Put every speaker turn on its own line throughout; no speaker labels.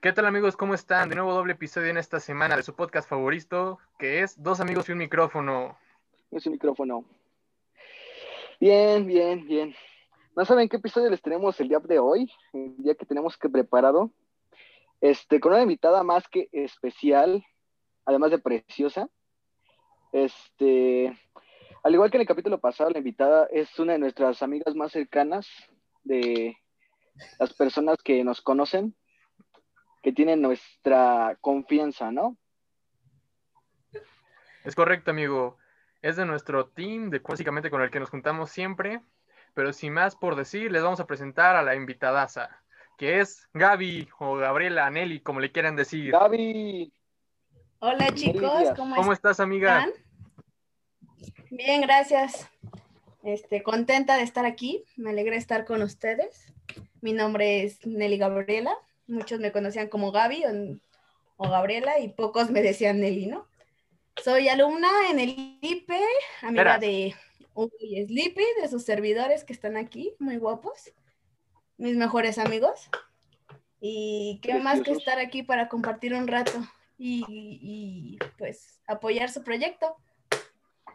¿Qué tal amigos? ¿Cómo están? De nuevo doble episodio en esta semana de su podcast favorito, que es Dos amigos y un micrófono.
Es un micrófono. Bien, bien, bien. No saben qué episodio les tenemos el día de hoy, el día que tenemos que preparado. Este, con una invitada más que especial, además de preciosa. Este, al igual que en el capítulo pasado, la invitada es una de nuestras amigas más cercanas de las personas que nos conocen, que tienen nuestra confianza, ¿no?
Es correcto, amigo. Es de nuestro team, de básicamente con el que nos juntamos siempre. Pero sin más por decir, les vamos a presentar a la invitadaza, que es Gaby o Gabriela, Nelly, como le quieran decir.
Gaby,
Hola chicos,
días.
¿cómo,
¿Cómo estás, amiga?
están? Bien, gracias. Este, contenta de estar aquí, me alegra estar con ustedes. Mi nombre es Nelly Gabriela, muchos me conocían como Gaby o, o Gabriela y pocos me decían Nelly, ¿no? Soy alumna en el IPE, amiga
Eras.
de Hugo y Sleepy, de sus servidores que están aquí, muy guapos, mis mejores amigos. Y qué más que
Preciosos.
estar aquí para compartir un rato y- y pues apoyar su proyecto.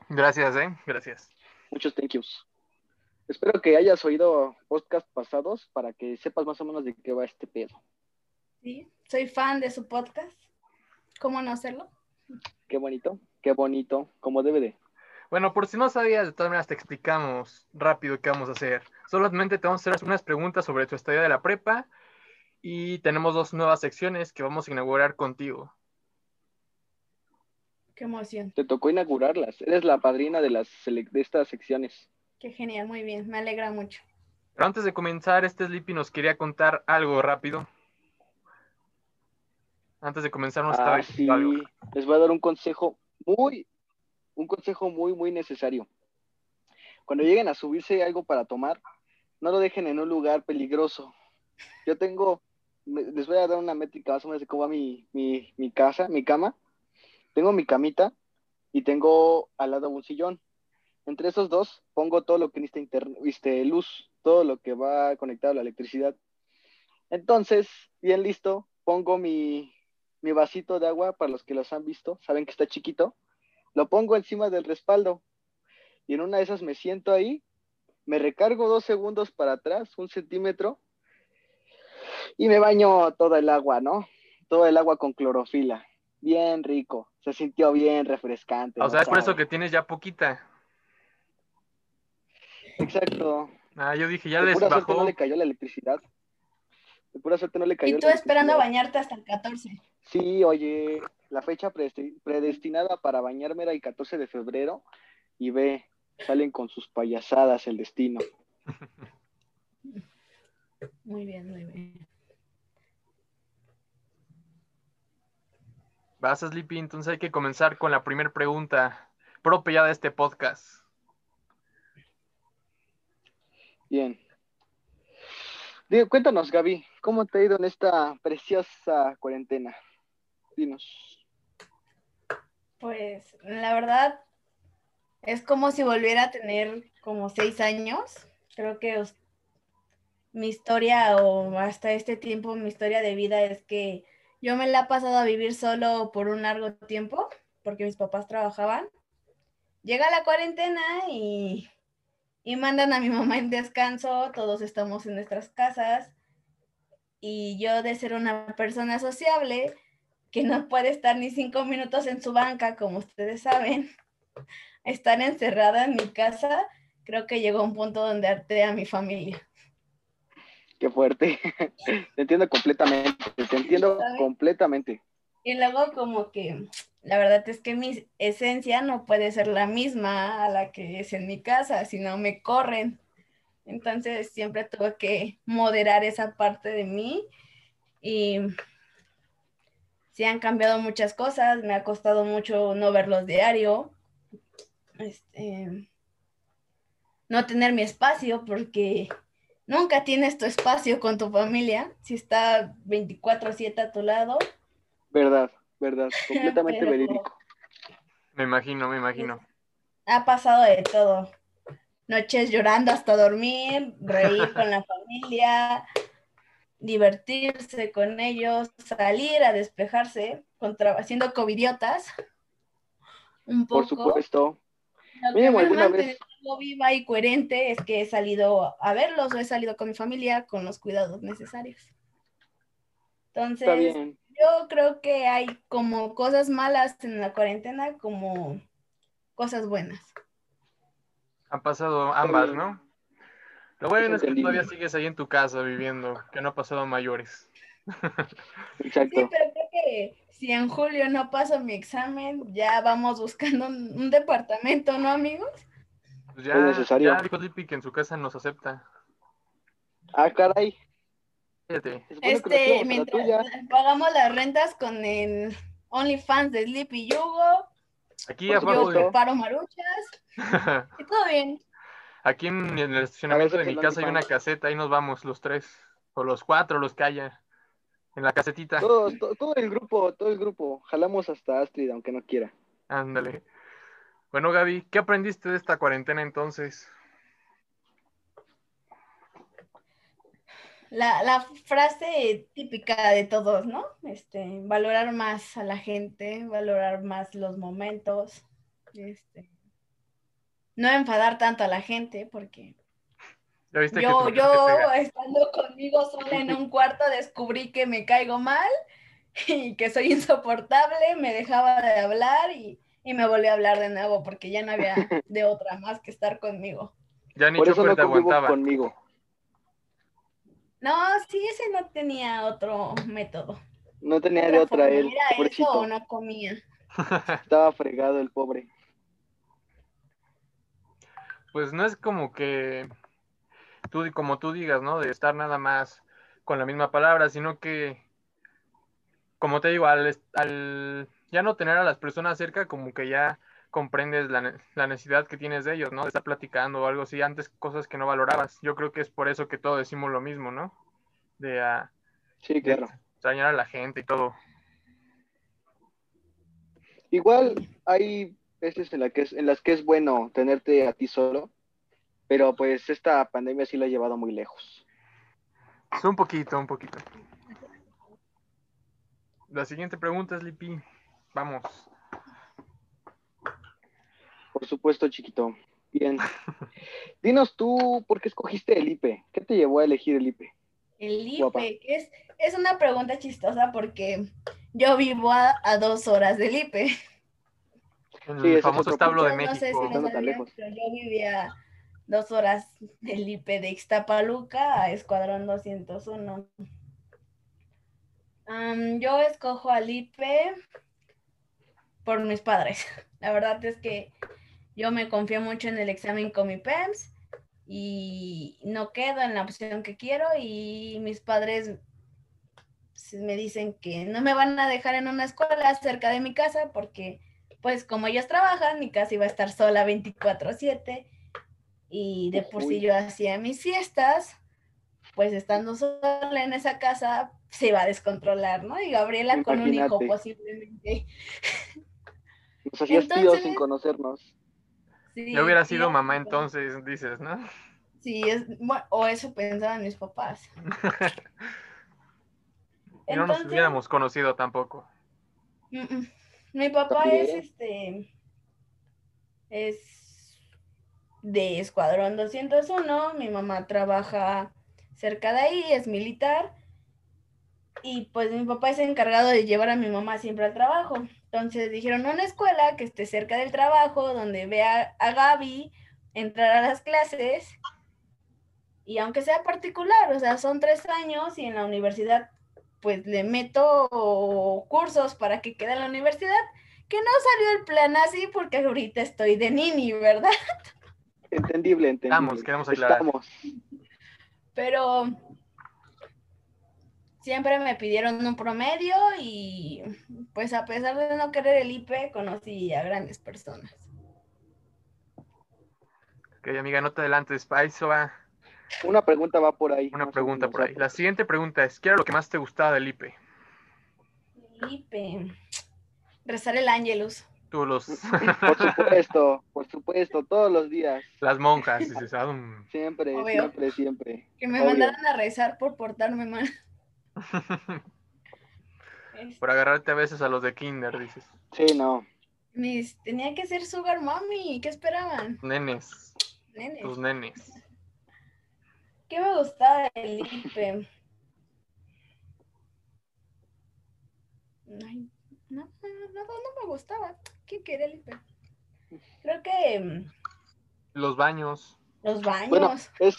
Gracias, ¿eh? Gracias.
muchos thank yous. Espero que hayas oído podcast pasados para que sepas más o menos de qué va este pedo.
Sí, soy fan de su podcast. ¿Cómo no hacerlo?
Qué bonito, qué bonito, como debe de.
Bueno, por si no sabías, de todas maneras te explicamos rápido qué vamos a hacer. Solamente te vamos a hacer unas preguntas sobre tu estadía de la prepa y tenemos dos nuevas secciones que vamos a inaugurar contigo.
Qué emoción,
Te tocó inaugurarlas. Eres la padrina de, las, selec- de estas secciones.
qué genial, muy bien, me alegra mucho.
Pero antes de comenzar, este Sleepy nos quería contar algo rápido. Antes de comenzar, nos estaba
Ah, sí.
diciendo algo.
Les voy a dar un consejo muy, un consejo muy, muy necesario. Cuando lleguen a subirse algo para tomar, no lo dejen en un lugar peligroso. Yo tengo, me- les voy a dar una métrica más o menos de cómo va mi, mi, mi casa, mi cama. Tengo mi camita y tengo al lado un sillón. Entre esos dos pongo todo lo que necesita inter- este, luz, todo lo que va conectado a la electricidad. Entonces, bien listo, pongo mi, mi vasito de agua, para los que los han visto, saben que está chiquito, lo pongo encima del respaldo y en una de esas me siento ahí, me recargo dos segundos para atrás, un centímetro, y me baño todo el agua, ¿no? Todo el agua con clorofila. Bien rico, se sintió bien refrescante.
O
¿no
sea, es por eso
saben?
que tienes ya poquita.
Exacto.
Ah, yo dije, ya
De
les
pura suerte no
bajó.
le cayó la electricidad. De pura suerte no le cayó la
Y tú esperando a
electricidad.
bañarte hasta el 14.
Sí, oye, la fecha predesti- predestinada para bañarme era el 14 de febrero y ve, salen con sus payasadas el destino.
Muy bien, muy bien.
Vas, Sleepy, entonces hay que comenzar con la primera pregunta propia de este podcast.
Bien. Digo, cuéntanos, Gaby, ¿cómo te ha ido en esta preciosa cuarentena? Dinos.
Pues la verdad es como si volviera a tener como seis años. Creo que os- mi historia o hasta este tiempo mi historia de vida es que yo me la he pasado a vivir solo por un largo tiempo porque mis papás trabajaban. Llega la cuarentena y, y mandan a mi mamá en descanso, todos estamos en nuestras casas y yo de ser una persona sociable que no puede estar ni cinco minutos en su banca, como ustedes saben, estar encerrada en mi casa, creo que llegó un punto donde harté a mi familia.
Qué fuerte. Te entiendo completamente, te entiendo
¿Sabes?
completamente.
Y luego como que la verdad es que mi esencia no puede ser la misma a la que es en mi casa, si no me corren. Entonces siempre tuve que moderar esa parte de mí y sí han cambiado muchas cosas, me ha costado mucho no verlos diario, este, no tener mi espacio porque nunca tienes tu espacio con tu familia, si está 24/7 a tu lado.
Verdad, verdad, completamente
Pero-
verídico.
Me imagino, me imagino.
ha pasado de todo. Noches llorando hasta dormir, reír con la familia, divertirse con ellos, salir a despejarse, contra, siendo covidiotas. Un poco.
Por supuesto.
Lo que
Mínimo,
me ha
alguna
mantenido
vez.
viva y coherente es que he salido a verlos o he salido con mi familia con los cuidados necesarios.
Está
Entonces,
bien.
yo creo que hay como cosas malas en la cuarentena como cosas buenas.
Han pasado ambas, ¿no? Lo bueno es que
entendible.
todavía sigues ahí en tu casa viviendo, que no ha pasado a mayores.
Exacto.
Sí, pero creo que si en julio no paso mi examen, ya vamos buscando un un departamento, ¿no, amigos?
Pues ya,
Es necesario.
ya dijo Lipi que en su casa nos acepta.
Ah, caray.
Fíjate.
se supone que nos íbamos a
Este,
la
mientras
tuya.
pagamos las rentas con el OnlyFans de Sleepy Yugo,
Aquí
Por
abajo de-
yo
supuesto.
preparo maruchas y todo bien.
Aquí en, en el estacionamiento
A
de
veces
mi
el
casa hay una
OnlyFans.
caseta, ahí nos vamos los tres, o los cuatro, los que haya, en la casetita.
Todo, to- todo el grupo, todo el grupo. Jalamos hasta Astrid, aunque no quiera.
Ándale. Bueno, Gaby, ¿qué aprendiste de esta cuarentena entonces?
La, la frase típica de todos, ¿no? Este, valorar más a la gente, valorar más los momentos, este, no enfadar tanto a la gente, porque
¿Ya viste
Este
que
yo,
tu-
yo estando conmigo sola en un cuarto descubrí que me caigo mal y que soy insoportable, me dejaba de hablar y, y me volvió a hablar de nuevo porque ya no había de otra más que estar conmigo.
ya ni
Por eso
Chopper
no
te
convivo
aguantaba.
conmigo.
No, sí, ese no tenía otro método.
No tenía de otra él.
Era eso
Pobrecito.
o no comía.
Estaba fregado el pobre.
Pues no es como que tú, como tú digas, ¿no? De estar nada más con la misma palabra, sino que, como te digo, al, est- al ya no tener a las personas cerca, como que ya comprendes la, ne- la necesidad que tienes de ellos, ¿no? De estar platicando o algo así, antes cosas que no valorabas. Yo creo que es por eso que todos decimos lo mismo, ¿no? De ah,
Sí, claro.
extrañar a la gente y todo.
Igual hay veces en, la que es, en las que es bueno tenerte a ti solo, pero pues esta pandemia sí la ha llevado muy lejos.
Es un poquito, un poquito. La siguiente pregunta es, Lipi. Vamos.
Por supuesto, chiquito. Bien. Dinos tú, ¿por qué escogiste el IPE? ¿Qué te llevó a elegir el IPE?
El IPE,
Guapa.
que es, es una pregunta chistosa porque yo vivo a, a dos horas del IPE.
En
Sí, ese
el
es
famoso
otro
establo de
Yo
México.
No sé si lo
Estando tan
sabían,
lejos.
pero yo vivía dos horas del IPE de Ixtapaluca a Escuadrón 201. Am, yo escojo al IPE por mis padres. La verdad es que yo me confié mucho en el examen con mi PEMS y no quedo en la opción que quiero y mis padres s- me dicen que no me van a dejar en una escuela cerca de mi casa porque pues como ellos trabajan, mi casa iba a estar sola 24/7 y de por sí
Uy.
yo hacía mis fiestas, pues estando sola en esa casa se iba a descontrolar, ¿no? Y Gabriela con un hijo
Imagínate.
posiblemente.
Nos hacías tíos
Entonces-
sin conocernos.
Sí,
Yo hubiera
sí,
sido mamá
así fue.
entonces, dices, ¿no?
Sí, es, bueno, o eso pensaban mis papás.
Y no nos
Entonces,
hubiéramos conocido tampoco.
mm, mm, mi papá
También.
es este es de Escuadrón 201, mi mamá trabaja cerca de ahí, es militar y pues mi papá es encargado de llevar a mi mamá siempre al trabajo. Entonces dijeron una escuela que esté cerca del trabajo, donde vea a Gaby entrar a las clases y aunque sea particular, o sea, son tres años y en la universidad pues le meto cursos para que quede en la universidad, que no salió el plan así porque ahorita estoy de nini, ¿verdad?
Entendible, entendible.
Estamos, queremos aclarar.
Estamos.
Pero siempre me pidieron un promedio y pues a pesar de no querer el IP, conocí a grandes personas.
Ok, amiga, no te adelantes. Para eso va
Una pregunta va por ahí.
una
más o
pregunta
menos,
por ahí.
¿no?
La siguiente pregunta es, ¿qué era lo que más te gustaba del E? IPE?
IP, rezar el ángelus.
Tú, los,
Por supuesto, por supuesto, todos los días.
las monjas, dices, "Ah, mm".
Siempre,
Obvio.
siempre, siempre.
Que me
Obvio.
mandaran a rezar por portarme mal. Este,
Por agarrarte a veces a los de kinder, dices.
Sí, no.
mis- tenía que ser Sugar Mommy. ¿Qué esperaban?
Nenes,
Nenes.
tus nenes.
¿Qué me gustaba del IPE? Ay, no, no, no, no me gustaba. ¿Qué quería el IPE? Creo que mm,
Los baños.
los baños
Bueno, es,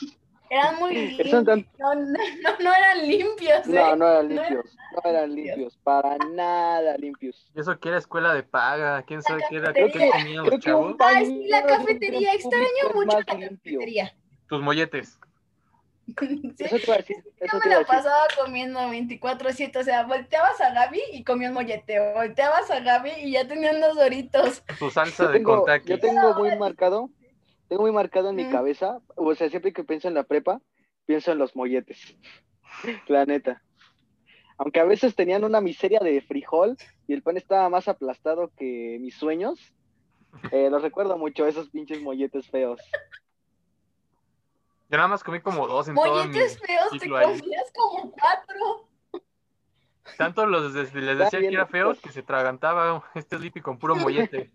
eran muy limpios.
son tan-
No, no, no, no eran limpios.
no,
¿eh?
no eran
No eran
limpios. No eran limpios. Para nada limpios.
Y eso que era escuela de paga. ¿Quién sabe qué era?
cafetería.
¿Qué tenían los
Creo que
chavos?
un
Ay, sí, la
baño
cafetería. Extraño
público es
mucho la
más limpio.
cafetería.
Tus molletes.
Sí,
Eso te iba a decir. Eso
Yo
te
me
iba a
la
decir.
pasaba comiendo 24-7, o sea, volteabas a Gaby y comías molleteo, volteabas a Gaby y ya tenía unos doritos.
Tu salsa
yo
de
tengo,
contacto.
yo tengo muy marcado, tengo muy marcado en mi
Mm.
cabeza, o sea, siempre que pienso en la prepa, pienso en los molletes, la neta. Aunque a veces tenían una miseria de frijol y el pan estaba más aplastado que mis sueños, eh, los recuerdo mucho, esos pinches molletes feos.
Yo nada más comí como dos en todo mi...
Molletes feos, te
ciclo ahí.
comías como cuatro.
Tanto los des- les
Está
decía que
bien
era feo
rico.
que se tragantaba este Sleepy con puro mollete.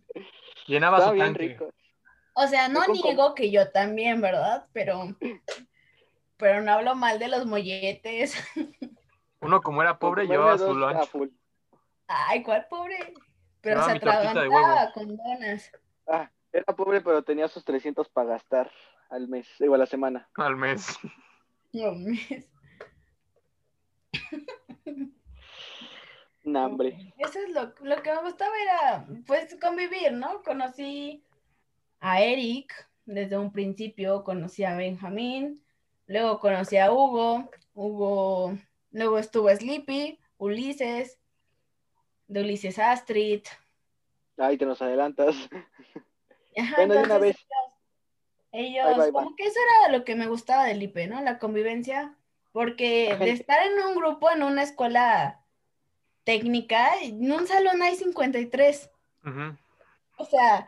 Llenaba
Estaba
su
bien
tanque.
rico.
O sea, no
Yo con-
niego que yo también, ¿verdad? Pero, pero no hablo mal de los molletes.
Uno como era pobre
Con
llevaba
comerme
su
dos a
lunch.
full.
Ay, cuál pobre. Pero
No,
se
mi tortita de
atragantaba con donas.
Ah, era pobre, pero tenía sus 300 para gastar al mes, digo, a la semana.
Al mes.
No, mames.
Un hambre.
Eso es lo, lo que me gustaba era, pues, convivir, ¿no? Conocí a Eric desde un principio, conocí a Benjamín, luego conocí a Hugo, Hugo, luego estuvo Sleepy, Ulises, de Ulises Astrid.
Ay, te nos adelantas.
Ajá,
Bueno, de una vez.
Ellos,
Ahí va, ahí va.
como que eso era lo que me gustaba del IPE, ¿no? La convivencia, porque
La
de
gente.
estar en un grupo, en una escuela técnica, en un salón hay 53.
Ujú.
O sea,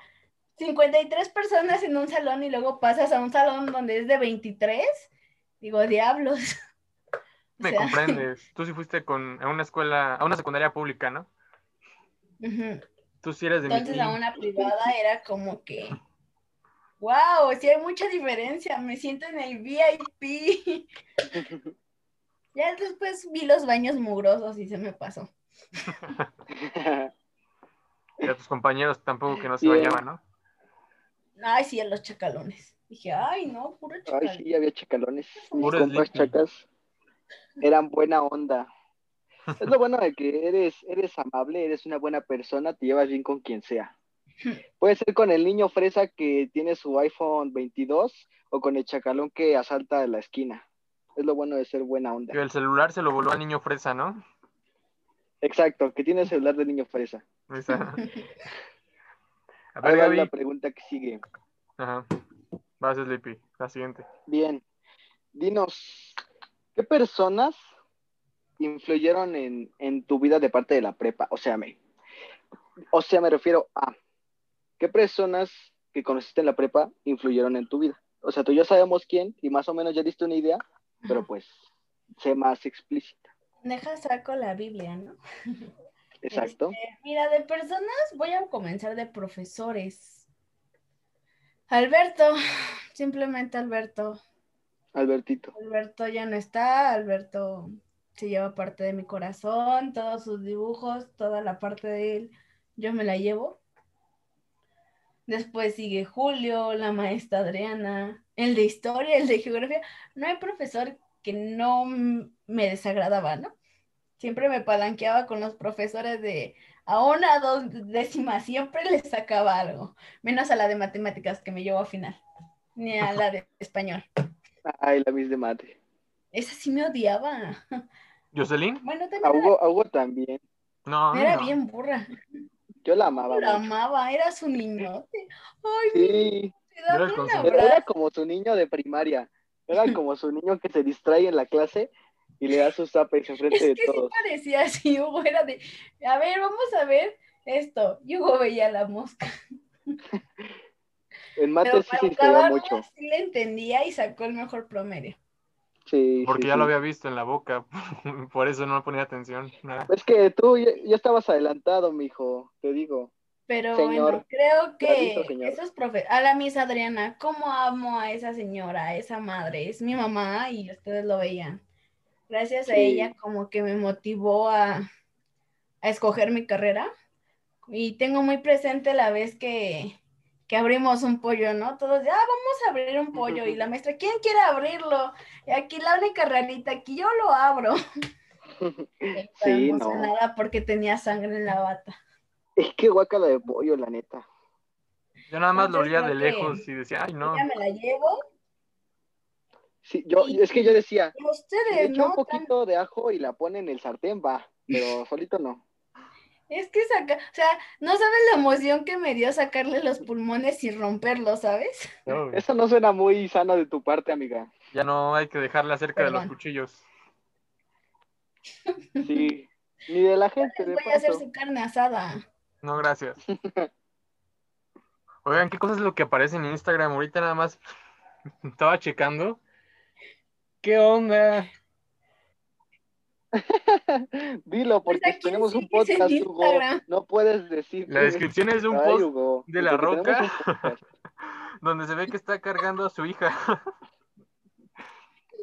53 personas en un salón y luego pasas a un salón donde es de 23. Digo, diablos. O
Me
sea,
comprendes. Tú sí fuiste con, a una escuela, a una secundaria pública, ¿no?
ujú.
Tú sí eres de mi
Entonces a
team.
una privada era como que, wow, sí hay mucha diferencia, me siento en el VIP. Ya después vi los baños mugrosos y se me pasó.
Y a tus compañeros tampoco que no se
Bien.
bañaban, ¿no?
Ay, sí, a los chacalones. Dije, ay, no, puro
Ay,
chacal.
sí, había chacalones. Mis
Puro
compas
sleepy.
chacas eran buena onda. Es lo bueno de que eres, eres amable, eres una buena persona, te llevas bien con quien sea. Puede ser con el niño fresa que tiene su iPhone 22 o con el chacalón que asalta de la esquina. Es lo bueno de ser buena
Que
onda.
el celular se lo voló al niño fresa, ¿no?
Exacto, que tiene el celular del niño fresa.
Esa- A ver,
Ahora la
Gaby.
pregunta que sigue.
Ajá. Vas, Sleepy. La siguiente.
Bien, dinos, ¿qué personas influyeron en, en tu vida de parte de la prepa? O sea, me, o sea, me refiero a, ¿qué personas que conociste en la prepa influyeron en tu vida? O sea, tú y yo sabemos quién y más o menos ya diste una idea, pero pues, sé más explícita.
Deja saco la Biblia, ¿no?
Exacto.
Este, mira, de personas voy a comenzar de profesores. Alberto, simplemente Alberto.
Albertito.
Alberto ya no está, Alberto se lleva parte de mi corazón, todos sus dibujos, toda la parte de él, yo me la llevo. Después sigue Julio, la maestra Adriana, el de historia, el de geografía. No hay profesor que no m- me desagradaba, ¿no? Siempre me palanqueaba con los profesores de a una, dos décimas, siempre les sacaba algo, menos a la de matemáticas que me llevó a final, ni a la de español.
Ay, la mis de madre.
Esa sí me odiaba.
¿Jocelyn?
Bueno,
A
también
Hugo, a Hugo también.
No, a mí
era,
Ah,
era
no.
bien burra.
Yo la amaba.
La
mucho.
amaba, era su niñote. Ay,
Sí.
te daba
Era
un
con su-
Era, era
abrazo.
como su niño de primaria. Era como su niño que se distrae en la clase y le da sus zapes
Es
enfrente
que
de
sí
todos.
parecía así, Hugo. Era de, a ver, vamos a ver esto. Y Hugo veía la mosca.
En
Pero
mates sí se
para
distraía
acabar,
mucho.
sí le entendía y sacó el mejor promedio.
Sí,
Porque
sí,
ya
sí.
lo había visto en la boca, por eso no ponía atención. nada.
Es que tú ya, ya estabas adelantado, mijo, te digo.
Pero
Señor,
bueno, creo que
dijo, señor.
esos profes, a la mis Adriana, cómo amo a esa señora, a esa madre, es mi mamá y ustedes lo veían. Gracias a
Sí.
ella como que me motivó a, a escoger mi carrera y tengo muy presente la vez que, que abrimos un pollo, ¿no? Todos, ya vamos a abrir un pollo y la maestra, ¿quién quiere abrirlo? Y aquí la única ranita, aquí yo lo abro. Estaba
Sí, no.
emocionada porque tenía sangre en la bata.
Es que guacala de pollo, la neta.
Yo nada más lo
Entonces,
olía de
Pues creo que-
lejos y decía, ay, no.
Ya me la llevo.
Sí, yo, es que yo decía,
Y ustedes,
le echo
¿no?
un poquito de ajo y la pone en el sartén, va, pero solito no.
Es que saca, o sea, no sabes la emoción que me dio sacarle los pulmones y romperlos, ¿sabes?
no,
Eso no suena muy sano de tu parte, amiga.
Ya no hay que dejarla cerca de los
Perdón.
cuchillos.
Sí, ni de la gente, de
Voy a hacer
paso.
su carne asada.
No, gracias. Oigan, ¿qué cosa es lo que aparece en Instagram? Ahorita nada más estaba checando. ¿Qué onda?
Dilo, porque
Mira quién
tenemos un
sigues en
podcast, Hugo.
Instagram.
No puedes decir.
La descripción es de un
Ay,
post
Hugo,
de La
porque tenemos un podcast.
donde se ve que está cargando a su hija.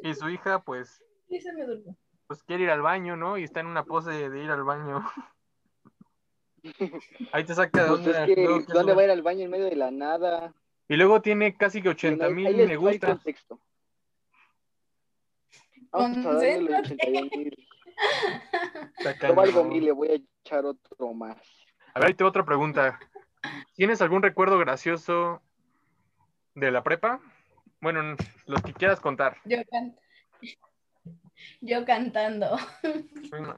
y su hija, pues,
Y se me durmió.
pues quiere ir al baño, ¿no? Y está en una pose de ir al baño. Ahí te saca de
Pues
onda.
es que,
luego que
¿dónde
sube.
va a ir al baño en medio de la nada?
Y luego tiene casi que
Bueno,
80
ahí
mil
les
me
doy
gusta.
contexto. Vamos a darle los 81 mil. Yo valgo mil, le voy a echar otro más.
A ver, ahí tengo otra pregunta. ¿Tienes algún recuerdo gracioso de la prepa? Bueno, n- los que quieras contar.
Yo, can- Yo cantando.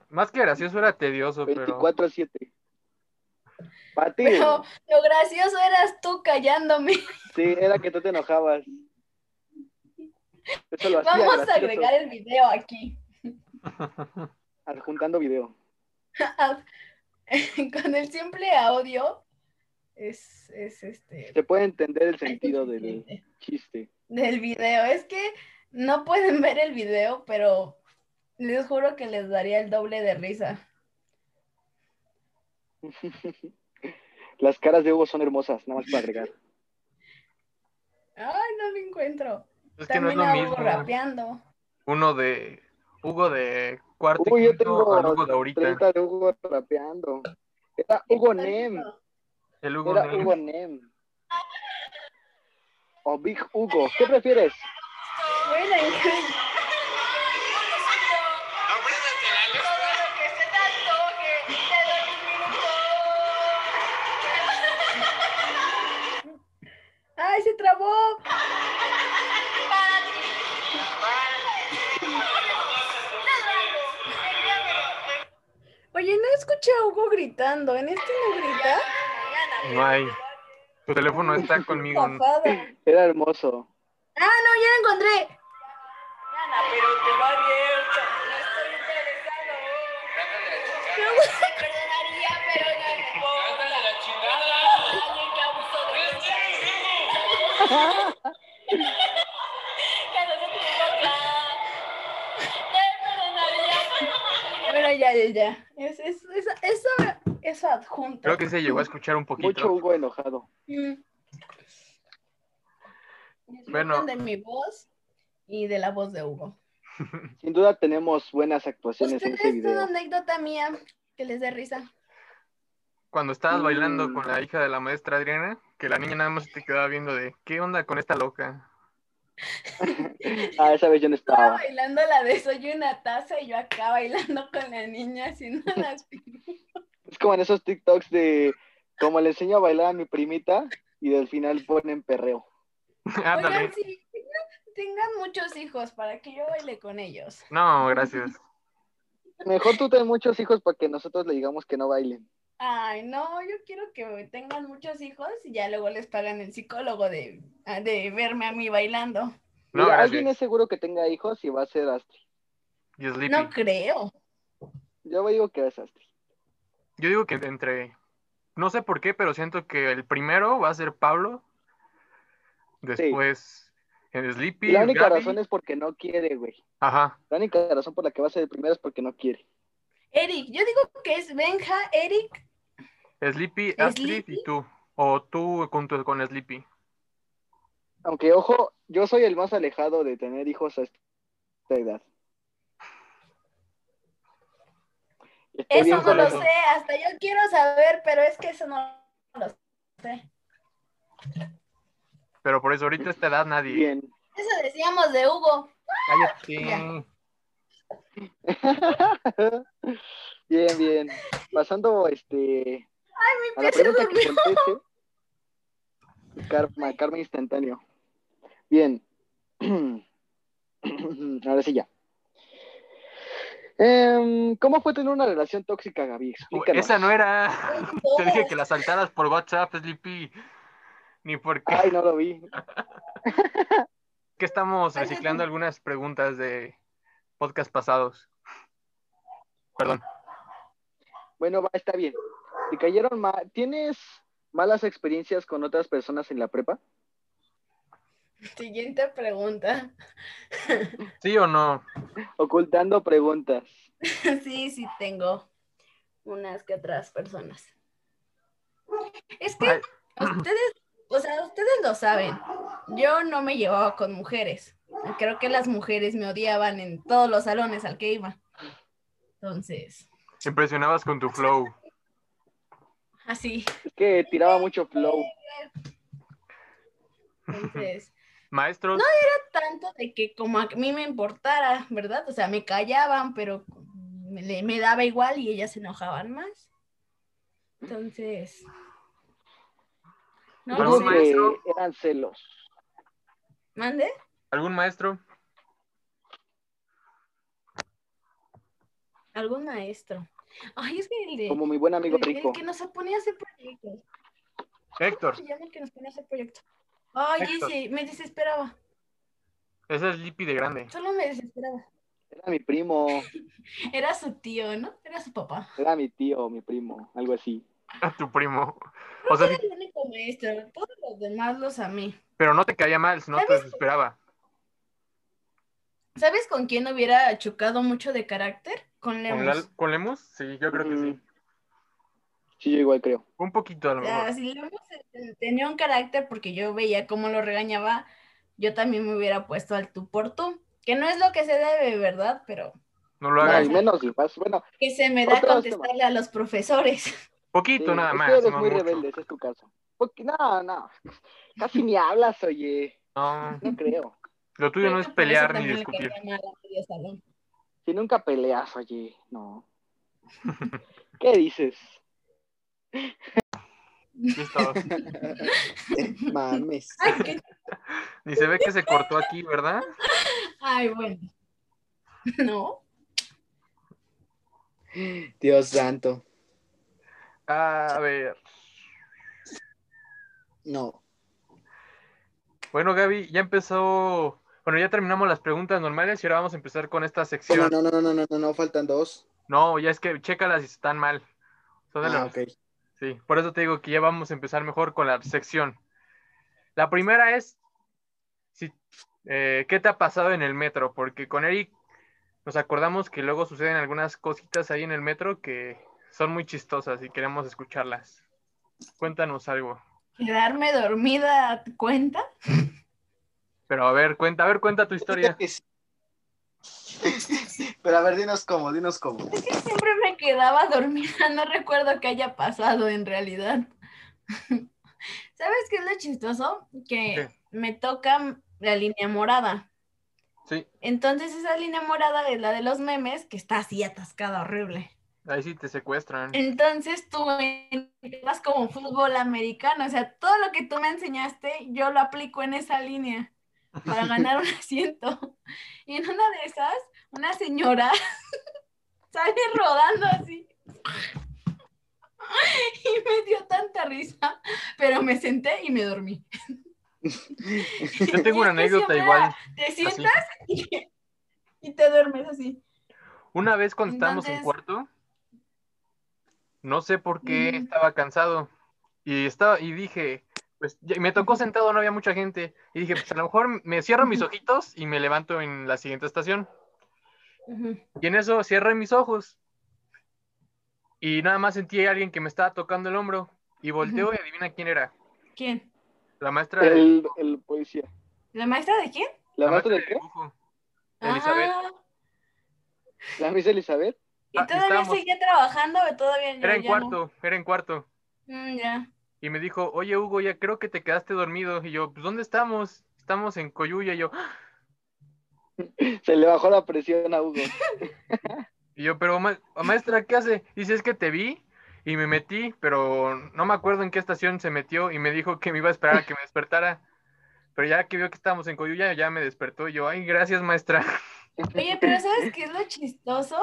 Más que gracioso era tedioso, pero
24 a 7. Para ti,
Pero lo gracioso eras tú callándome.
sí, era que tú te enojabas. Eso lo hacía
Vamos a
gracioso,
agregar el video aquí.
Adjuntando video.
Con el simple audio es, es este.
Se puede entender el sentido del chiste.
del video. Es que no pueden ver el video, pero les juro que les daría el doble de risa.
Las caras de Hugo son hermosas, nada más para agregar.
Ay, no me encuentro.
es que no es
También
lo
hago
mismo.
rapeando.
Uno de Hugo de cuarto y
Uy, yo
quinto
tengo
al Hugo de ahorita.
30 de Hugo rapeando. Era Hugo Nem.
El Hugo
Era
Ney.
Hugo Nem. O Big Hugo. ¿Qué prefieres?
Bueno, ¿en qué? ¡Ay, se trabó! Oye, no escuché a Hugo gritando. ¿En este no grita?
No hay. Tu teléfono está conmigo.
Zafada.
Era hermoso.
Ah, no, ya lo encontré.
Pero te va bien. No estoy interesado. Te perdonaría, pero no importa. Ándale la chingada. Alguien que abusó de mí. Ya no se equivoca. Te perdonaría, pero
Bueno, ya, ya, ya. Es, es, es, eso, eso adjunto.
Creo que se llegó a escuchar un poquito.
Mucho Hugo enojado.
Mm.
Bueno.
Disfruten de mi voz y de la voz de Hugo.
Sin duda tenemos buenas actuaciones en
¿Ustedes
ese
tienen
video.
anécdota mía que les dé risa?
Cuando estabas bailando
Mm.
con la hija de la maestra Adriana, que la niña nada más te quedaba viendo de ¿qué onda con esta loca?
Ah, esa vez yo no
Estaba
estaba.
bailando la de Soy una taza y yo acá bailando con la niña haciendo las pi-
Es como en esos TikToks de como le enseño a bailar a mi primita y del final ponen perreo.
Ándale.
Oigan, sí, tengan- tengan muchos hijos para que yo baile con ellos.
No, gracias.
Mejor tú ten muchos hijos para que nosotros le digamos que no bailen.
Ay, no, yo quiero que tengan muchos hijos y ya luego les pagan el psicólogo de, de verme a mí bailando.
No,
Mira,
gracias.
alguien es seguro que tenga hijos y va a ser Astri.
Y Sleepy.
No creo.
Yo digo que es Astri.
Yo digo que entre. No sé por qué, pero siento que el primero va a ser Pablo. Después En Sleepy.
La única
Gaby.
razón es porque no quiere, güey.
Ajá.
La única razón por la que va a ser de primera es porque no quiere.
Eric, yo digo que es Benja, Eric,
Sleepy, Astrid
Sleepy.
y tú. O tú junto con Sleepy.
Aunque, ojo, yo soy el más alejado de tener hijos a esta edad. Estoy
eso
bien
no
con
lo
eso.
sé, hasta yo quiero saber, pero es que eso no lo sé.
Pero por eso ahorita a esta edad nadie.
Bien.
Eso decíamos de Hugo.
Cállate.
bien, bien. Pasando este, a la
pie se
pregunta que
durmió.
conteste. Karma, karma instantáneo. Bien. Ahora sí ya. Em, ¿Cómo fue tener una relación tóxica, Gaby? Explícanos.
Esa no era. Te dije que la saltaras por WhatsApp, Sleepy. Ni porque
Ay, no lo vi.
que estamos
Ay, no,
reciclando
no.
algunas preguntas de podcast pasados. Perdón.
Bueno, va, está bien. ¿Te cayeron mal? ¿Tienes malas experiencias con otras personas en la prepa?
Siguiente pregunta.
¿Sí o no?
Ocultando preguntas.
Sí, sí tengo unas que otras personas. Es que
Ay.
ustedes, o sea, ustedes lo saben. Yo no me llevaba con mujeres. Y Creo que las mujeres me odiaban en todos los salones al que iba. Entonces,
Impresionabas con tu flow.
así.
Es que tiraba mucho flow.
Entonces,
Maestros,
tanto de que como a mí me importara, ¿verdad? O sea, me callaban, pero me, le- me daba igual y ellas se enojaban más. Entonces, no lo
Algo
¿Algún
sé.
que
maestro?
eran celos.
¿Mande?
¿algún maestro?
¿Algún maestro? Ay, es que el de...
Como mi buen amigo
el- el
Rico.
que nos ponía a hacer proyectos.
Héctor,
¿Cómo se llama el que nos ponía a hacer proyectos? Ay,
Héctor.
ese, me desesperaba.
ese es Sleepy de grande.
Solo me desesperaba.
Era mi primo,
Era su tío, ¿no? Era su papá.
era mi tío, mi primo, algo así.
Tu primo. O sea, sí,
Era el único maestro. Todos los demás los amé.
pero no te caía mal, no te desesperaba.
¿Sabes con quién hubiera chocado mucho de carácter? Con
¿Con,
Lemus.
Lal- con Lemus? Sí, yo creo que sí.
Mm, Sí, yo igual creo.
Un poquito a lo
O sea,
mejor.
Ah,
si Lemus eh, tenía un carácter porque yo veía cómo lo regañaba, yo también me hubiera puesto al tú por tú. Que no es lo que se debe, ¿verdad? Pero
No lo
No,
hagas.
y menos y más. Bueno,
que se me da
Otro
contestarle a los profesores.
Poquito
sí,
nada
eh, es que
más.
eres
no
muy
mucho.
rebelde, ese es tu caso. Porque, no, no. Casi ni hablas, oye.
No,
No creo.
lo tuyo no
Creo
es
que por eso
pelear ni
también le
discutir.
caía mal a medio salón.
Si nunca peleas, oye. No. ¿Qué dices?
Listo.
Mames.
Ay, qué-
Ni se ve que se cortó aquí, ¿verdad?
Ay, bueno. No.
Dios santo.
A ver.
No.
Bueno, Gaby, ya empezó. Bueno, ya terminamos las preguntas normales y ahora vamos a empezar con esta
No, no,
sección.
no, no, no, no, no, no, faltan dos.
No, ya es que chécalas si están mal. Son de
Ah,
las-
ok.
Sí, por eso te digo que ya vamos a empezar mejor con la sección. La primera es, si, eh, ¿qué te ha pasado en el metro? Porque con Eric nos acordamos que luego suceden algunas cositas ahí en el metro que son muy chistosas y queremos escucharlas. Cuéntanos algo.
Quedarme dormida, ¿cuenta?
Pero a ver, cuenta, a ver, cuenta tu historia.
Pero a ver, dinos cómo, dinos cómo.
Es que siempre me quedaba dormida, no recuerdo que haya pasado en realidad. ¿Sabes qué es lo chistoso? Que me toca la línea morada.
Sí,
Entonces esa línea morada es la de los memes que está así atascada, horrible.
ahí sí te secuestran.
Entonces tú entras como fútbol americano, o sea, todo lo que tú me enseñaste, yo lo aplico en esa línea para ganar un asiento. Y en una de esas, una señora sale rodando así. Y me dio tanta risa, pero me senté y me dormí.
Yo tengo una
Y es que
anécdota
siempre
igual.
Te
así.
sientas y, y te duermes así.
Una vez cuando estábamos en
Entonces-
cuarto, no sé por qué
Ujú.
estaba cansado y estaba y dije, Pues ya- me tocó sentado, no había mucha gente. Y dije, pues a lo mejor me cierro mis ojitos y me levanto en la siguiente estación.
Ujú.
Y en eso cierré mis ojos. Y nada más sentí a alguien que me estaba tocando el hombro. Y volteo y adivina quién era.
¿Quién?
La maestra de-
El, ¿Eh? el policía.
¿La maestra de quién?
¿La maestra de
de
qué?
dibujo. Elizabeth.
Ah,
¿La Miss Elizabeth?
¿Y
Ah,
todavía
estábamos-
seguía trabajando o todavía no?
Era en
Ya no.
cuarto, era en cuarto.
Mm, ya.
Y me dijo, oye Hugo, ya creo que te quedaste dormido. Y yo, pues ¿dónde estamos? Estamos en Coyuya. Y yo,
Se le bajó la presión a Hugo.
Y yo, pero ma- oh, maestra, ¿qué hace? Dice, es que te vi y me metí, pero no me acuerdo en qué estación se metió y me dijo que me iba a esperar a que me despertara. Pero ya que vio que estábamos en Coyuya, ya me despertó y yo, ay, gracias maestra.
Oye, pero ¿sabes qué es lo chistoso?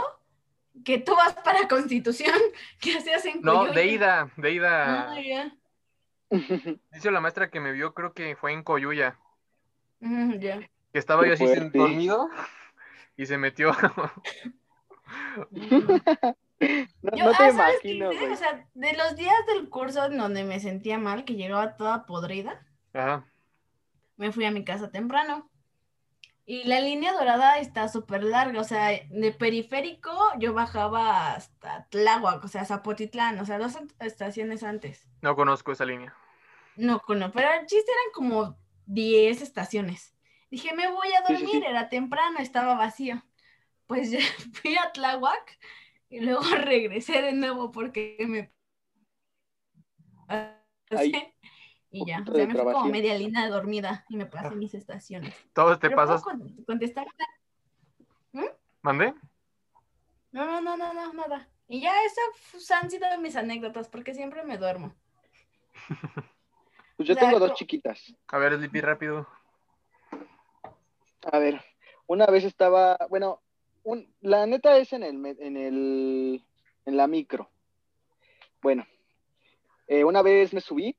Que tú vas para Constitución. ¿Qué hacías en
No,
Coyoacán?
de ida, de ida.
Ah, ya.
Dice la maestra que me vio, creo que fue en Coyuya,
Mm, ya.
que estaba
Qué
yo así
fuerte.
dormido y se metió.
Mm.
No,
Yo,
no te
ah, ¿sabes qué
imagino,
hice?
güey.
O sea, de los días del curso en donde me sentía mal, que llegaba toda podrida,
Ajá.
me fui a mi casa temprano. Y la línea dorada está súper larga, o sea, de periférico yo bajaba hasta Tláhuac, o sea, Zapotitlán, o sea, dos ant- estaciones antes.
No conozco esa línea.
No, no, pero el chiste eran como 10 estaciones. Dije, me voy
Sí,
a
sí,
dormir,
sí.
era temprano, estaba vacío. Pues ya fui a Tláhuac y luego regresé de nuevo porque me...
Ay,
y ya,
poquito
o
de Ah.
sea, me fui como
trabajín.
media línea dormida y me pasé mis estaciones.
Todos te
Pero puedo
pasas.
con- contestar?
¿Mandé?
No, no, no, no, no, nada. Y ya esas han sido mis anécdotas porque siempre me duermo.
Pues yo
o sea,
tengo dos
co-
chiquitas.
A ver, Sleepy, rápido.
A ver, una vez estaba, bueno, un- la neta es en el, me- en el, en la micro. Bueno, eh, una vez me subí,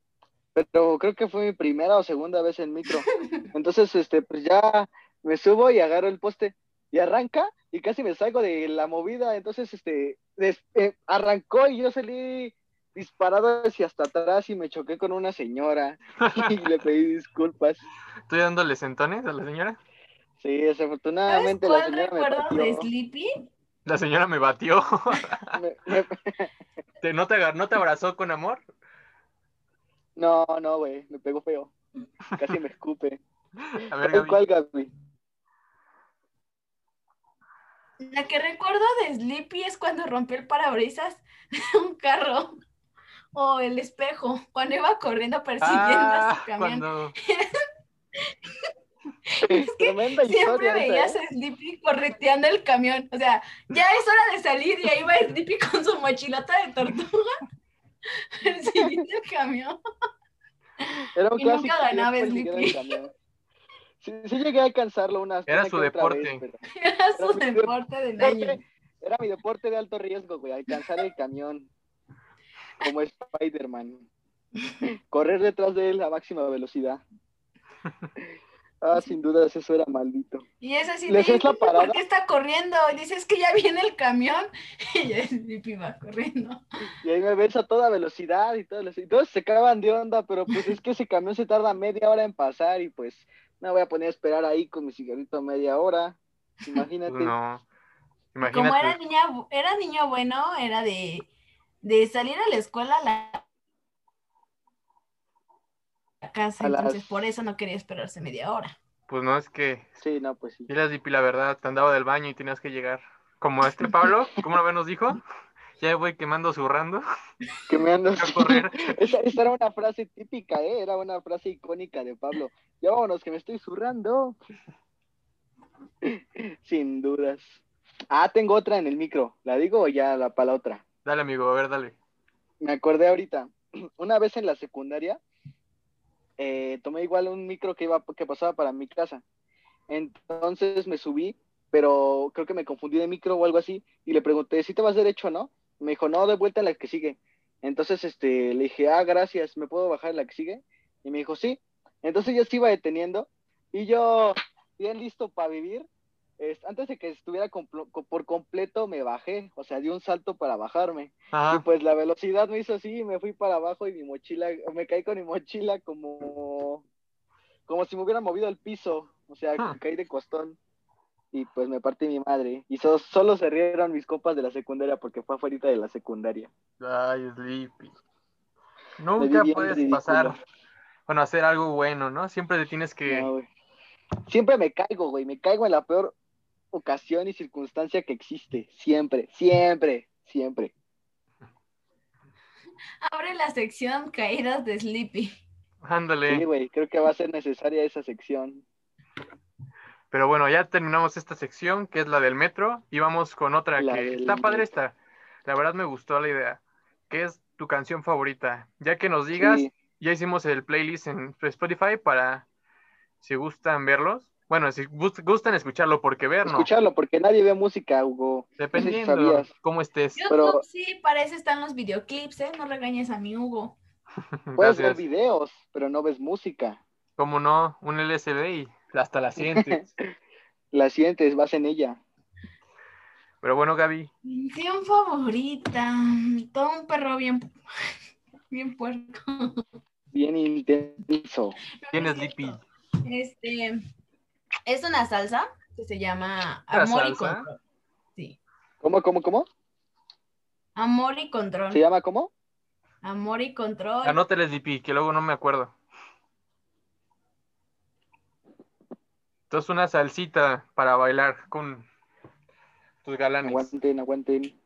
pero creo que fue mi primera o segunda vez en micro. Entonces, este, pues ya me subo y agarro el poste y arranca y casi me salgo de la movida. Entonces, este, des- eh, arrancó y yo salí disparado hacia hasta atrás y me choqué con una señora y le pedí disculpas.
¿Estoy dándole sentones a la señora?
Sí,
¿Sabes
desafortunadamente la
cuál
señora me
recuerdo de
pateó.
Sleepy?
La señora me batió.
Me- me-
¿Te- no, te, agar- ¿No te abrazó con amor?
No, no, güey, me pegó feo. Casi me escupe.
A ver, Gaby.
¿Cuál, cuál, Gaby?
La que recuerdo de Sleepy es cuando rompió el parabrisas de un carro o el espejo, cuando iba corriendo persiguiendo a
Ah,
su camión.
cuando
Tremenda
Siempre
historia. esa,
veías
¿eh?
a Sleepy correteando el camión. O sea, ya es hora de salir y ahí va Sleepy con su mochilota de tortuga persiguiendo el camión.
Era un
y nunca
clásico que yo
ganaba
persiguiera el
Sleepy.
camión. Sí, sí llegué a alcanzarlo unas
Era
una
su
que otra vez,
deporte.
pero-
Era su
Pero-
deporte de daño.
Era mi deporte de alto riesgo, güey, alcanzar el camión. Como Spider-Man. Correr detrás de él a máxima velocidad. Ah, sin dudas, eso era maldito.
Y es así,
¿Le
de,
hacías la parada?
¿por qué está corriendo? Y dices que ya viene el camión y ya Sleepy va corriendo.
Y ahí me ves a toda velocidad y todas las- y todos se cagan de onda, pero pues es que ese camión se tarda media hora en pasar y pues no voy a poner a esperar ahí con mi cigarrito media hora. Imagínate.
pues, no.
Como era
Imagínate.
niña, bu- era niño bueno, era de, de salir a la escuela a la a casa,
A las-
entonces por eso no quería esperarse media hora.
Pues no es que
Sí, no, pues sí.
y la Zipi, la verdad, te andaba del baño y tenías que llegar. Como este Pablo, como una vez nos dijo, ya voy quemando zurrando
Que me ando.
a correr.
Esa, esa era una frase típica, ¿eh? Era una frase icónica de Pablo. Ya vámonos, que me estoy zurrando. Sin dudas. Ah, tengo otra en el micro. ¿La digo o ya la para la otra?
Dale, amigo, a ver, dale.
me acordé ahorita, una vez en la secundaria, eh, tomé igual un micro que, iba, que pasaba para mi casa. Entonces me subí, pero creo que me confundí de micro o algo así, y le pregunté si te vas derecho o no. Me dijo, no, de vuelta en la que sigue. Entonces este, le dije, ah, gracias, ¿me puedo bajar en la que sigue? Y me dijo, sí. Entonces yo se iba deteniendo, y yo, bien listo para vivir, es- antes de que estuviera complo- co- por completo, me bajé, o sea, di un salto para bajarme. Y
Ajá.
pues la velocidad me hizo así, y me fui para abajo y mi mochila, me caí con mi mochila como, como si me hubiera movido el piso, o sea,
Ah.
caí de costón y pues me partí mi madre. Y so- solo se rieron mis copas de la secundaria porque fue afuera de la secundaria.
Ay, Sleepy.
Me vi
Nunca
bien
puedes
ridículo.
pasar, bueno, hacer algo bueno, ¿no? Siempre te tienes que...
No, güey. Siempre me caigo, güey, me caigo en la peor ocasión y circunstancia que existe, siempre, siempre, siempre.
Abre la sección caídas de Sleepy.
Ándale.
Sí, güey, creo que va a ser necesaria esa sección.
Pero bueno, ya terminamos esta sección, que es la del metro, y vamos con otra
La
que
del
está padre
metro.
esta. La verdad me gustó la idea. ¿Qué es tu canción favorita? Ya que nos digas,
Sí.
ya hicimos el playlist en Spotify para si gustan verlos. Bueno, si gust- gustan escucharlo porque ver, no.
Escucharlo, porque nadie ve música, Hugo.
Dependiendo
sabías.
cómo estés.
YouTube
Pero-
sí, para eso están los videoclips, ¿eh? No regañes a mi Hugo.
Puedes ver
Gracias.
videos, pero no ves música.
Como no, un LSD y hasta la sientes.
La sientes, vas en ella.
Pero bueno, Gaby,
Canción favorita. Todo un perro bien, bien puerco.
Bien intenso.
¿quién es
es cierto.
Lippy?
Este, es una salsa que se llama
¿Una
Amor y
salsa?
Control. Sí.
¿Cómo, cómo, cómo?
Amor y Control.
¿Se llama cómo?
Amor y Control.
Anótales Lippy, que luego no me acuerdo. Entonces una salsita para bailar con tus galanes.
Aguanten, aguanten.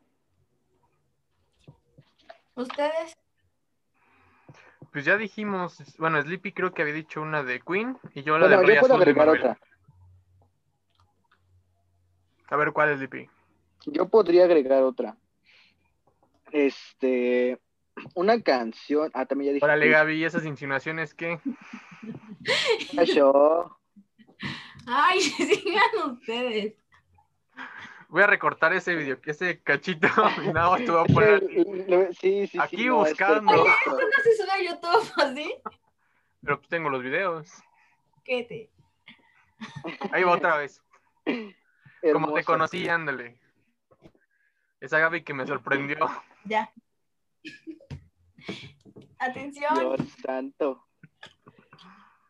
¿Ustedes?
Pues ya dijimos, bueno, Sleepy creo que había dicho una de Queen y yo la
Bueno,
de Rey
yo puedo
Azul de
agregar
Manuel.
otra.
A ver cuál es Sleepy.
Yo podría agregar otra. Este, una canción. Ah, también ya dije.
Órale, Gaby, ¿y esas insinuaciones que
Ay, yo.
Ay, sigan ustedes.
voy a recortar ese video, ese cachito y nada más te voy a
Es que
poner.
el- el- Sí, sí, sí.
Aquí
es
buscando.
perfecto.
¿No se sube a YouTube así?
Pero pues tengo los videos.
¿Qué te?
Ahí va otra vez. Como te
Hermoso.
conocí, ándale. Esa Gaby que me sorprendió.
Ya. Atención.
Dios santo.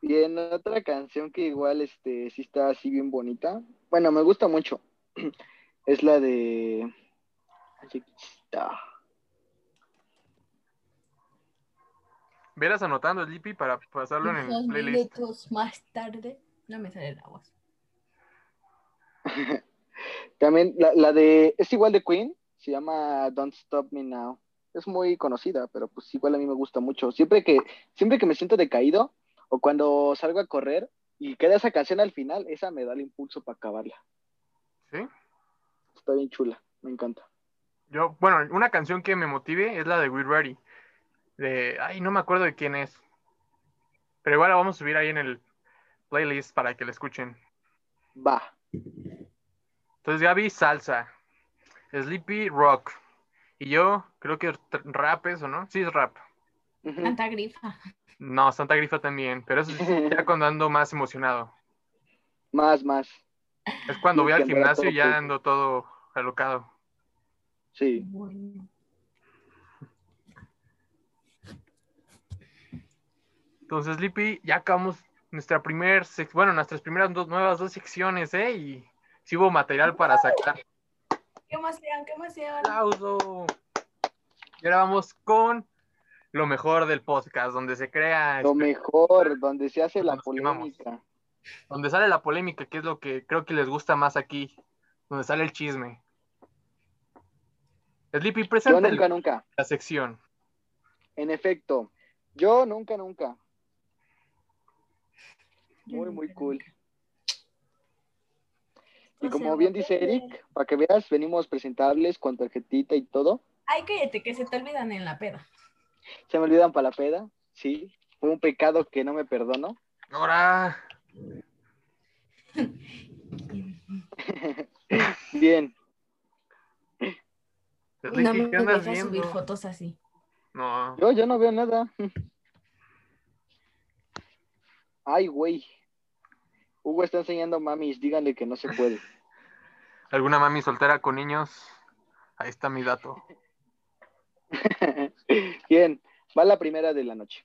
Y en otra canción que igual este sí está así bien bonita. Bueno, me gusta mucho. Es la de. Aquí está.
Verás anotando Sleepy para pasarlo en
Dos
el playlist.
minutos más tarde. No me sale la voz.
También la, la de. Es igual de Queen. Se llama Don't Stop Me Now. Es muy conocida, pero pues igual a mí me gusta mucho. Siempre que, siempre que me siento decaído o cuando salgo a correr y queda esa canción al final, esa me da el impulso para acabarla.
¿Sí?
Está bien chula, me encanta.
Yo, bueno, una canción que me motive es la de We're Ready. De, ay, no me acuerdo de quién es. Pero igual la vamos a subir ahí en el playlist para que la escuchen.
Va.
Entonces, Gaby, salsa. Sleepy, rock. Y yo creo que tr- rap eso, ¿no? Sí, es rap.
Ujú.
Canta grifa.
No, Santa Grifa también. Pero eso es ya cuando ando más emocionado.
Más, más.
Es cuando
Sí,
voy al
que andaba
gimnasio y
todo
ya
puto.
ando todo alocado.
Sí.
Bueno.
Entonces, Lippy, ya acabamos nuestra primer, sec- bueno, nuestras primeras dos nuevas dos secciones, ¿eh? Y sí hubo material para sacar.
¿Qué emoción? ¿Qué emoción?
Ah,
¡Aplauso! Y ahora vamos con lo mejor del podcast, donde se crea,
Lo mejor, donde se hace la
Ah, Nos quemamos.
polémica.
donde sale la polémica, que es lo que creo que les gusta más aquí, donde sale el chisme. Sleepy,
Yo
presenta
nunca, nunca.
la sección.
En efecto, yo nunca, nunca. Muy, muy cool. Y
O sea,
como bien dice Eric, para que veas, venimos presentables con tarjetita y todo.
Ay, cállate, que se te olvidan en la peda.
Se me olvidan para la peda, sí. Fue un pecado que no me perdono.
Ahora,
Bien,
Sleepy,
No me
¿qué andas
dejas subir
viendo?
fotos así.
No,
yo, yo no veo nada. Ay, güey. Hugo está enseñando mamis, díganle que no se puede.
¿Alguna mami soltera con niños? Ahí está mi dato.
Bien, va la primera de la noche.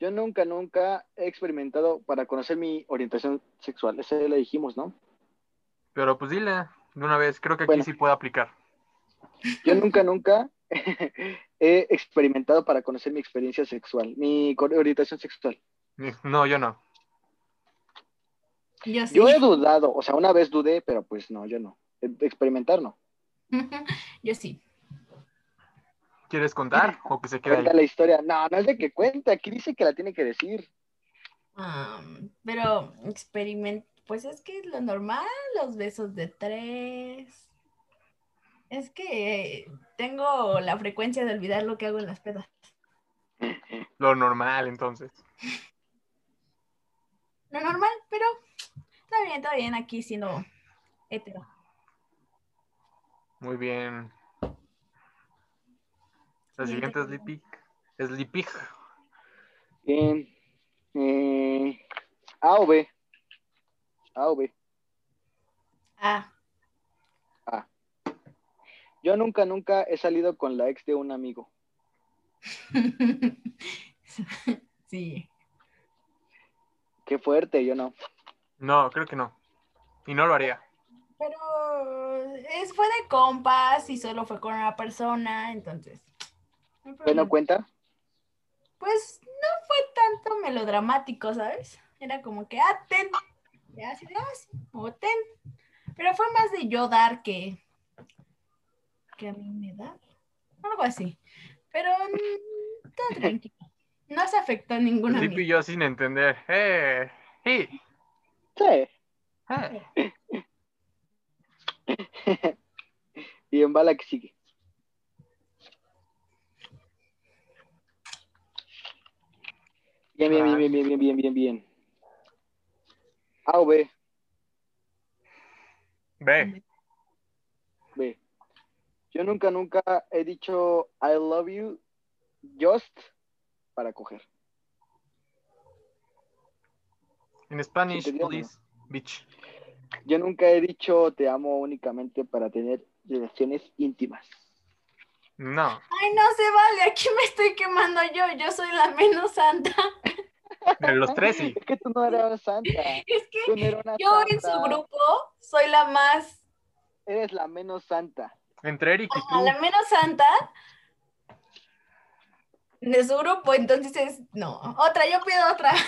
Yo nunca, nunca he experimentado para conocer mi orientación sexual. Esa ya la dijimos, ¿no?
Pero pues dile de una vez, creo que aquí
Bueno.
sí puede aplicar.
Yo nunca, nunca he experimentado para conocer mi experiencia sexual, mi cor- orientación sexual.
No, yo no.
Yo sí.
Yo he dudado, o sea, una vez dudé, pero pues no, yo no. Experimentar no.
Yo sí.
¿Quieres contar o que se quede
Cuenta
ahí?
la historia. No, no es de que cuenta, aquí dice que la tiene que decir.
Am, pero experimento, pues es que es lo normal, los besos de tres. Es que eh, tengo la frecuencia de olvidar lo que hago en las pedas.
Lo normal, entonces.
Lo normal, pero está bien, está bien aquí siendo hetero.
Muy bien. La siguiente
Siguiente.
es Lipig. Es Lipig.
Bien. Eh, A o B. A o B.
Ah,
Yo nunca, nunca he salido con la ex de un amigo.
sí.
Qué fuerte, yo no.
No, creo que no. Y no lo haría.
Pero es, fue de compas y solo fue con una persona, entonces. no hay problema.
Bueno, cuenta.
pues no fue tanto melodramático, ¿sabes? Era como que, ah, ten. Ya así de, ah, sí, o ten. Pero fue más de yo dar que, que a mí me da. Algo así. Pero mm, todo tranquilo. No se afectó a ninguna
Lipi y yo sin entender. ¡Eh! ¡Sí!
Sí.
¡Eh!
Bien, va la que sigue. Bien, bien, bien, bien, bien, bien, bien, bien, bien. A o B,
Ve.
B. Yo nunca, nunca he dicho I love you just para coger.
En Spanish,
Entendido,
please. Bitch.
Yo nunca he dicho te amo únicamente para tener relaciones íntimas.
No.
Ay, no se vale, aquí me estoy quemando yo, yo soy la menos santa.
De los tres sí.
Es que tú no eras una santa.
Es que
Tú no eras una
yo en su
santa.
grupo soy la más,
Eres la menos santa.
Entre Eric y
a
tú.
la menos santa de su grupo, entonces es, no, otra, yo pido otra.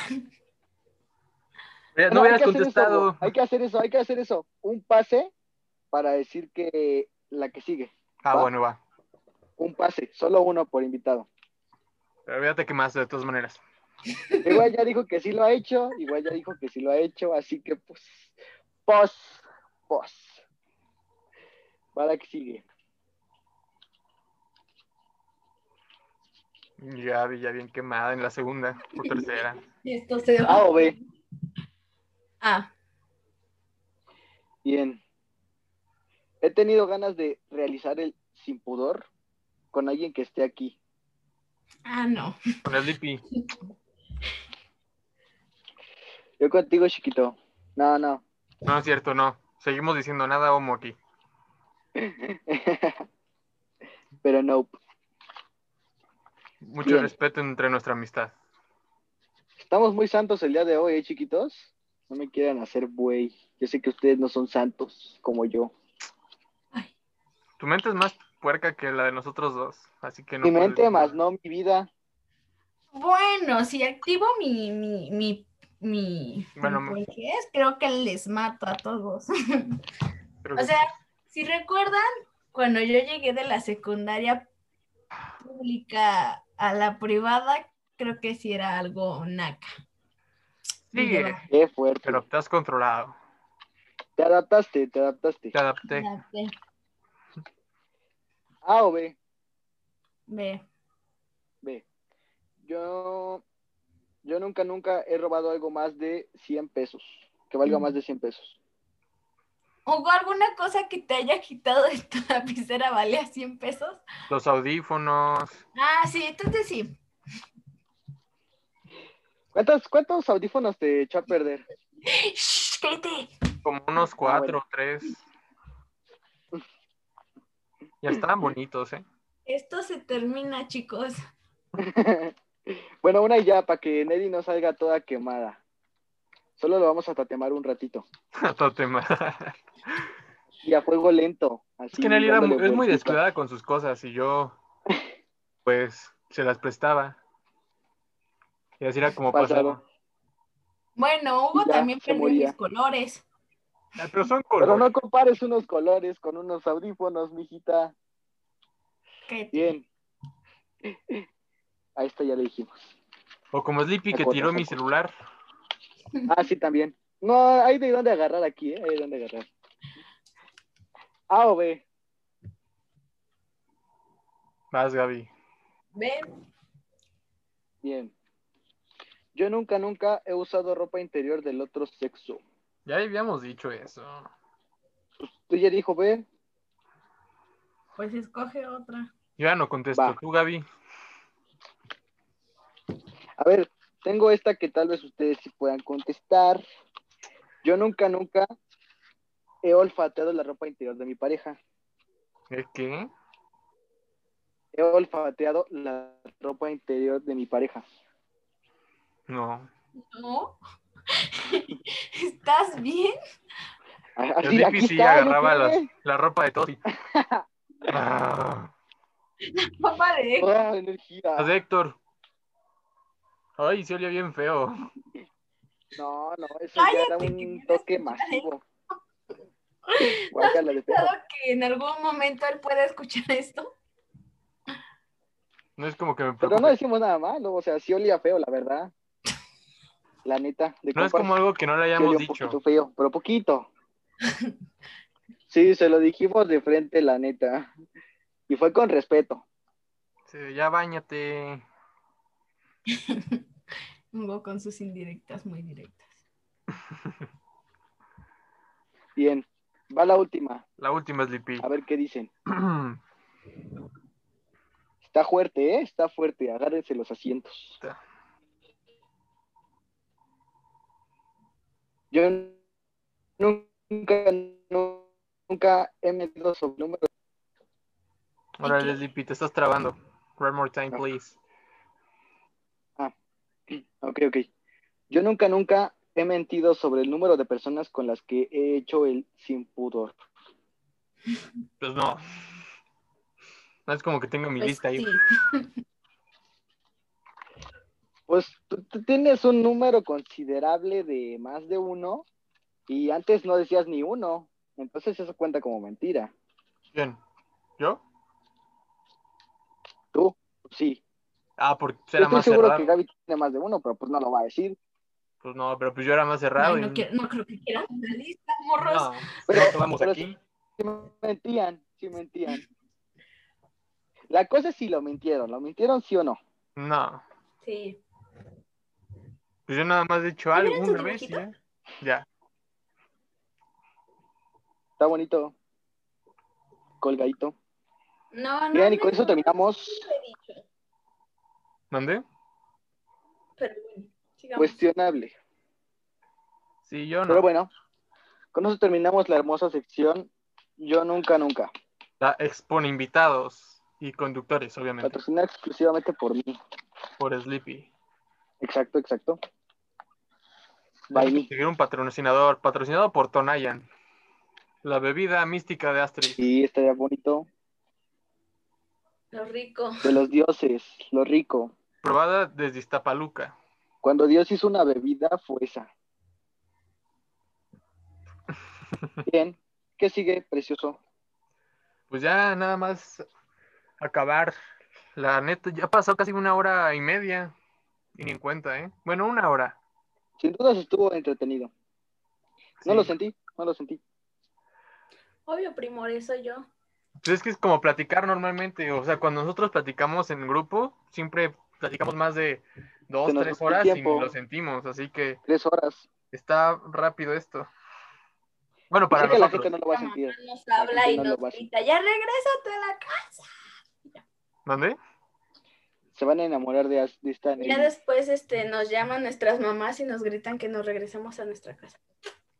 Eh, No,
No, hay
hubieras
que hacer
contestado.
eso, hay que hacer eso, hay que hacer eso. Un pase para decir que la que sigue.
Ah,
¿Va?
bueno, va.
Un pase, solo uno por invitado.
Pero fíjate que más, de todas maneras.
Igual ya dijo que sí lo ha hecho, igual ya dijo que sí lo ha hecho, así que pues, pos, pos. Para que sigue.
Ya vi, ya bien quemada en la segunda o tercera.
Y esto se
A o B.
Ah,
Bien. He tenido ganas de realizar el sin pudor con alguien que esté aquí.
ah, no.
Con el Lipi.
Yo contigo, chiquito. No, no.
No es cierto, no. Seguimos diciendo nada homo aquí.
Pero no.
Mucho
Bien.
respeto entre nuestra amistad.
Estamos muy santos el día de hoy, ¿eh, chiquitos? No me quieran hacer buey. Yo sé que ustedes no son santos como yo.
Ay,
Tu mente es más puerca que la de nosotros dos, así que no.
mi
puedes
mente
decir
más
nada.
no mi vida.
Bueno, si activo mi, mi, mi, mi,
Bueno,
mi pollez, creo que les mato a todos.
Creo que
O sea, si recuerdan, cuando yo llegué de la secundaria pública a la privada, creo que sí era algo naca.
sigue,
Qué fuerte.
pero te has controlado.
Te adaptaste, te adaptaste.
Te adapté.
La P,
A o B.
B.
B. Yo, yo nunca, nunca he robado algo más de 100 pesos. Que valga
Mm.
más de 100 pesos.
¿Hubo alguna cosa que te haya quitado de tu lapicera valía 100 pesos?
Los audífonos.
Ah, sí, entonces sí.
¿Cuántos, cuántos audífonos te echó a perder?
Shh,
Katie?
Como
Ah,
unos cuatro o tres. Ya están bonitos, ¿eh?
Esto se termina, chicos.
bueno, una y ya, para que Nelly no salga toda quemada. Solo lo vamos a tatemar un ratito.
Hasta te ma-
Y a fuego lento. Así,
Es que Nelly era mu-
dándole
es muy
vueltita.
descuidada con sus cosas y yo, pues, se las prestaba. Y así era como pasaba.
Pasaba.
Bueno, Hugo
Ya,
también
se
perdió
moría.
mis colores.
Ah, Pero son
Pero
colores.
no compares unos colores con unos audífonos, mijita.
Que-
Bien. Ahí está, ya lo dijimos.
O como Sleepy que
Recuerdo,
tiró mi
recuerdo.
celular.
Ah, sí, también. No, hay de dónde agarrar aquí, ¿eh? Hay de dónde agarrar. A o B.
Más, Gaby.
Ven,
Bien. Yo nunca, nunca he usado ropa interior del otro sexo.
Ya habíamos dicho eso.
Tú ya dijo B.
pues escoge otra.
Yo ya no contesto.
Va.
Tú, Gaby.
A ver, tengo esta que tal vez ustedes sí puedan contestar. Yo nunca, nunca he olfateado la ropa interior de mi pareja.
¿Eh, ¿Qué?
He olfateado la ropa interior de mi pareja.
No.
No. ¿Estás bien?
Ah,
Pero
sí,
Sleepy
aquí
sí
está,
agarraba
yo
las-
creo,
la ropa de Toti. Ah,
Papá de
¿eh? Ah, energía.
las de Héctor. Ay, se olía bien feo.
No, no, eso
Cállate,
ya era
que me
un
vas
toque
a escuchar, ¿eh?
masivo. Guácala de perro.
claro que en algún momento él pueda escuchar esto.
No es como que me
Pero no
preocupe.
decimos nada malo, o sea, sí olía feo, la verdad. La neta, de
No es
compas,
como algo que no le
sí
hayamos
olía un
dicho.
poquito feo, pero poquito. Sí, se lo dijimos de frente, la neta. Y fue con respeto.
Sí, ya bañate.
Hugo con sus indirectas muy directas.
Bien, va la última,
La última Sleepy.
a ver qué dicen. Ah. Está fuerte, ¿eh? Está fuerte, agárrense los asientos.
Está.
Yo nunca, nunca he metido sobre número.
Órale, Sleepy, te estás trabando. One more
Ah.
time, please.
Ok, ok. Yo nunca, nunca he mentido sobre el número de personas con las que he hecho el sin pudor.
Pues no. No es como que tengo mi
Pues
lista ahí.
sí.
Pues tú, tú tienes un número considerable de más de uno y antes no decías ni uno. Entonces eso cuenta como mentira.
Bien. ¿Yo?
Tú, sí.
Ah, porque pues
Yo
era
estoy
más
seguro
cerrado.
que Gaby tiene más de uno, pero pues no lo va a decir.
Pues no, pero pues yo era más cerrado.
Ay, no,
y-
quiero- no creo que quieran la lista, morros.
No,
Pero-
no acabamos
pero-
aquí.
Sí mentían, sí mentían. La cosa es si lo mintieron, ¿lo mintieron sí o no?
No.
Sí.
Pues yo nada más he dicho
¿Ya
algo
vieron su
una vez y ya.
dibujito?
Ya.
Está bonito. Colgadito.
No, no.
Bien, y con
no,
eso
no,
terminamos.
no lo he dicho,
¿Mandé?
Pero bueno, sigamos.
Pues Cuestionable.
Sí, yo
Pero
no.
bueno, con eso terminamos la hermosa sección Yo Nunca Nunca,
La expone invitados y conductores, obviamente,
patrocinada exclusivamente por mí.
por Sleepy.
Exacto, exacto. By me.
Seguir un patrocinador, patrocinado por Tonayan. La bebida mística de Astrid.
Sí, estaría bonito.
Lo rico.
De los dioses, lo rico.
Probada desde Iztapaluca.
Cuando Dios hizo una bebida fue esa. Bien, ¿qué sigue, precioso?
Pues ya nada más acabar. La neta, ya pasó casi una hora y media. Y ni en cuenta, ¿eh? Bueno, una hora.
Sin dudas estuvo entretenido. No
Sí.
lo sentí, no lo sentí.
Obvio, primor, eso yo.
Pues es que es como platicar normalmente, o sea, cuando nosotros platicamos en grupo, siempre platicamos más de dos,
Se nos
tres
va el
horas y ni
tiempo.
lo sentimos, así que
Tres horas.
está rápido esto. Bueno, para
Sé que la
nosotros,
gente no lo va a
La mamá
sentir.
nos
La
habla
gente
y
no lo
nos
va a
grita, ya regrésate a la casa.
¿mande?
Se van a enamorar de, as- de esta
Ya
Nelly.
después este, nos llaman nuestras mamás y nos gritan que nos regresemos a nuestra casa.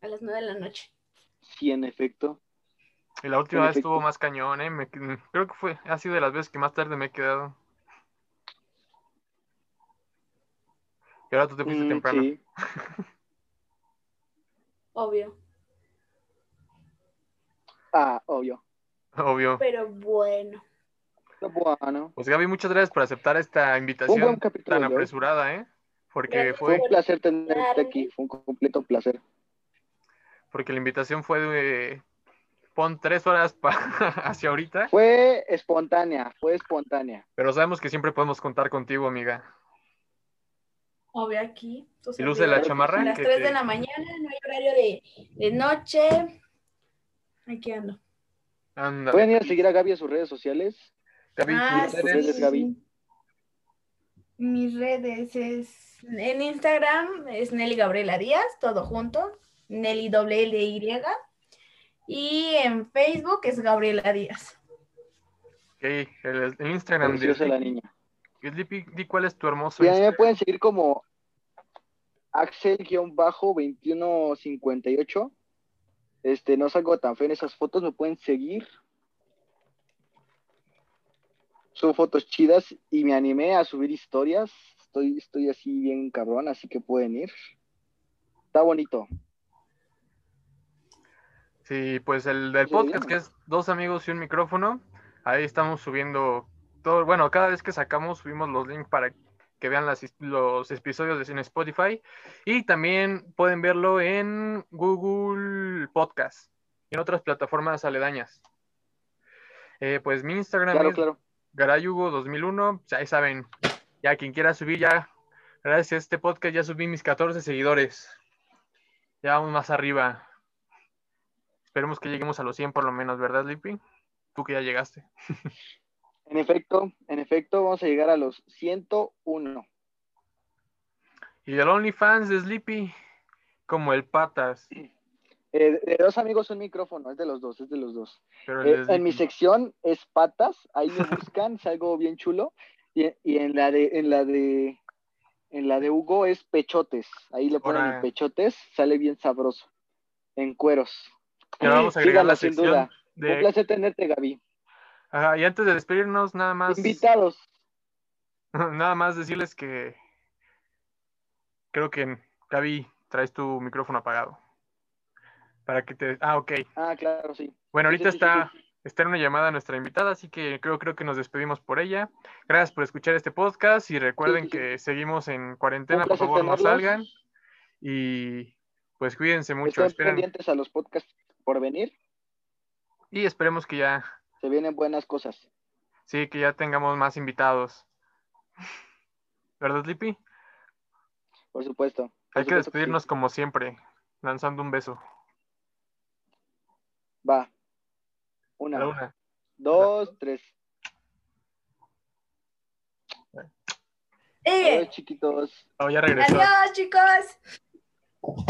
a las nueve de la noche.
Sí, en efecto.
Y la última vez
efecto.
estuvo más cañón, ¿eh? Me- creo que fue, ha sido de las veces que más tarde me he quedado. Y ahora tú te fuiste
Mm,
temprano.
sí.
Obvio.
Ah, obvio.
Obvio.
Pero bueno.
Bueno,
Pues Gaby, muchas gracias por aceptar esta
un buen
invitación
capítulo.
tan
de hoy.
apresurada, ¿eh? Porque
Gracias.
Fue
fue,
un placer tenerte aquí, fue un completo placer.
porque la invitación fue de pon tres horas pa- hacia ahorita,
Fue espontánea, fue espontánea.
pero sabemos que siempre podemos contar contigo, amiga.
Obvio aquí. tu
Y luce la
servidora.
chamarra
A las
que
3
te-
de la mañana, no hay horario de, de noche. Aquí ando.
Ándale.
Pueden ir a seguir a Gaby en sus redes sociales.
Gaby,
Ah,
tus
sí.
redes.
redes, Gaby?
Mis redes es en Instagram es Nelly Gabriela Díaz, todo junto, Nelly doble L Y. Y en Facebook es Gabriela Díaz.
Ok, el, el Instagram de
Preciosa la niña.
Sleepy, di cuál es tu hermoso
Y a mí me
Instagram.
pueden seguir como Axel-2158. Este, no salgo tan feo en esas fotos, me pueden seguir. Son fotos chidas y me animé a subir historias. Estoy, estoy así bien cabrón, así que pueden ir. Está bonito.
Sí, pues el del
Sí,
podcast que
dígame.
es dos amigos y un micrófono, ahí estamos subiendo todo, bueno, cada vez que sacamos subimos los links para que vean las his- los episodios en Spotify y también pueden verlo en Google Podcast y en otras plataformas aledañas. Eh, pues mi Instagram
Claro,
es
claro.
Garayugo2001, pues ahí saben, ya quien quiera subir, ya gracias a este podcast ya subí mis 14 seguidores. Ya vamos más arriba. Esperemos que lleguemos a los 100 por lo menos, ¿verdad, Lipi? Tú que ya llegaste.
En efecto, en efecto, vamos a llegar a los 101.
Y del OnlyFans de Sleepy, como el patas.
Eh, de dos amigos un micrófono, es de los dos, es de los dos.
Pero el
Eh,
de
en mi
Sleepy.
sección es patas, ahí me buscan, salgo bien chulo. Y, y en la de, en la de, en la de Hugo es pechotes, ahí le ponen
Ahora.
el pechotes, sale bien sabroso, en cueros.
Y ahora vamos a agregar
Síganla,
la
sin
sección
duda. Un
de...
placer tenerte, Gaby.
Ajá, y antes de despedirnos, nada más...
Invitados.
Nada más decirles que... Creo que, Gaby, traes tu micrófono apagado. Para que te... Ah, ok.
Ah, claro, sí.
Bueno,
Sí, sí,
ahorita
sí,
está, está en una llamada nuestra invitada, así que creo, creo que nos despedimos por ella. Gracias por escuchar este podcast y recuerden
Sí, sí, sí.
que seguimos en cuarentena,
Un
por
placer
favor no
tenerlos.
salgan y pues cuídense mucho,
Estén
esperen
pendientes a los podcasts por venir,
y esperemos que ya,
se vienen buenas cosas.
sí, que ya tengamos más invitados. ¿Verdad, Lipi?
Por supuesto. por
Hay que
supuesto sí.
despedirnos como siempre, lanzando un beso.
Va.
A la
Una,
una.
dos, tres.
Eh,
Adiós, chiquitos.
Oh, ya regresó.
adiós chicos.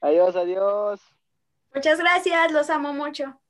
Adiós, adiós.
Muchas gracias. Los amo mucho.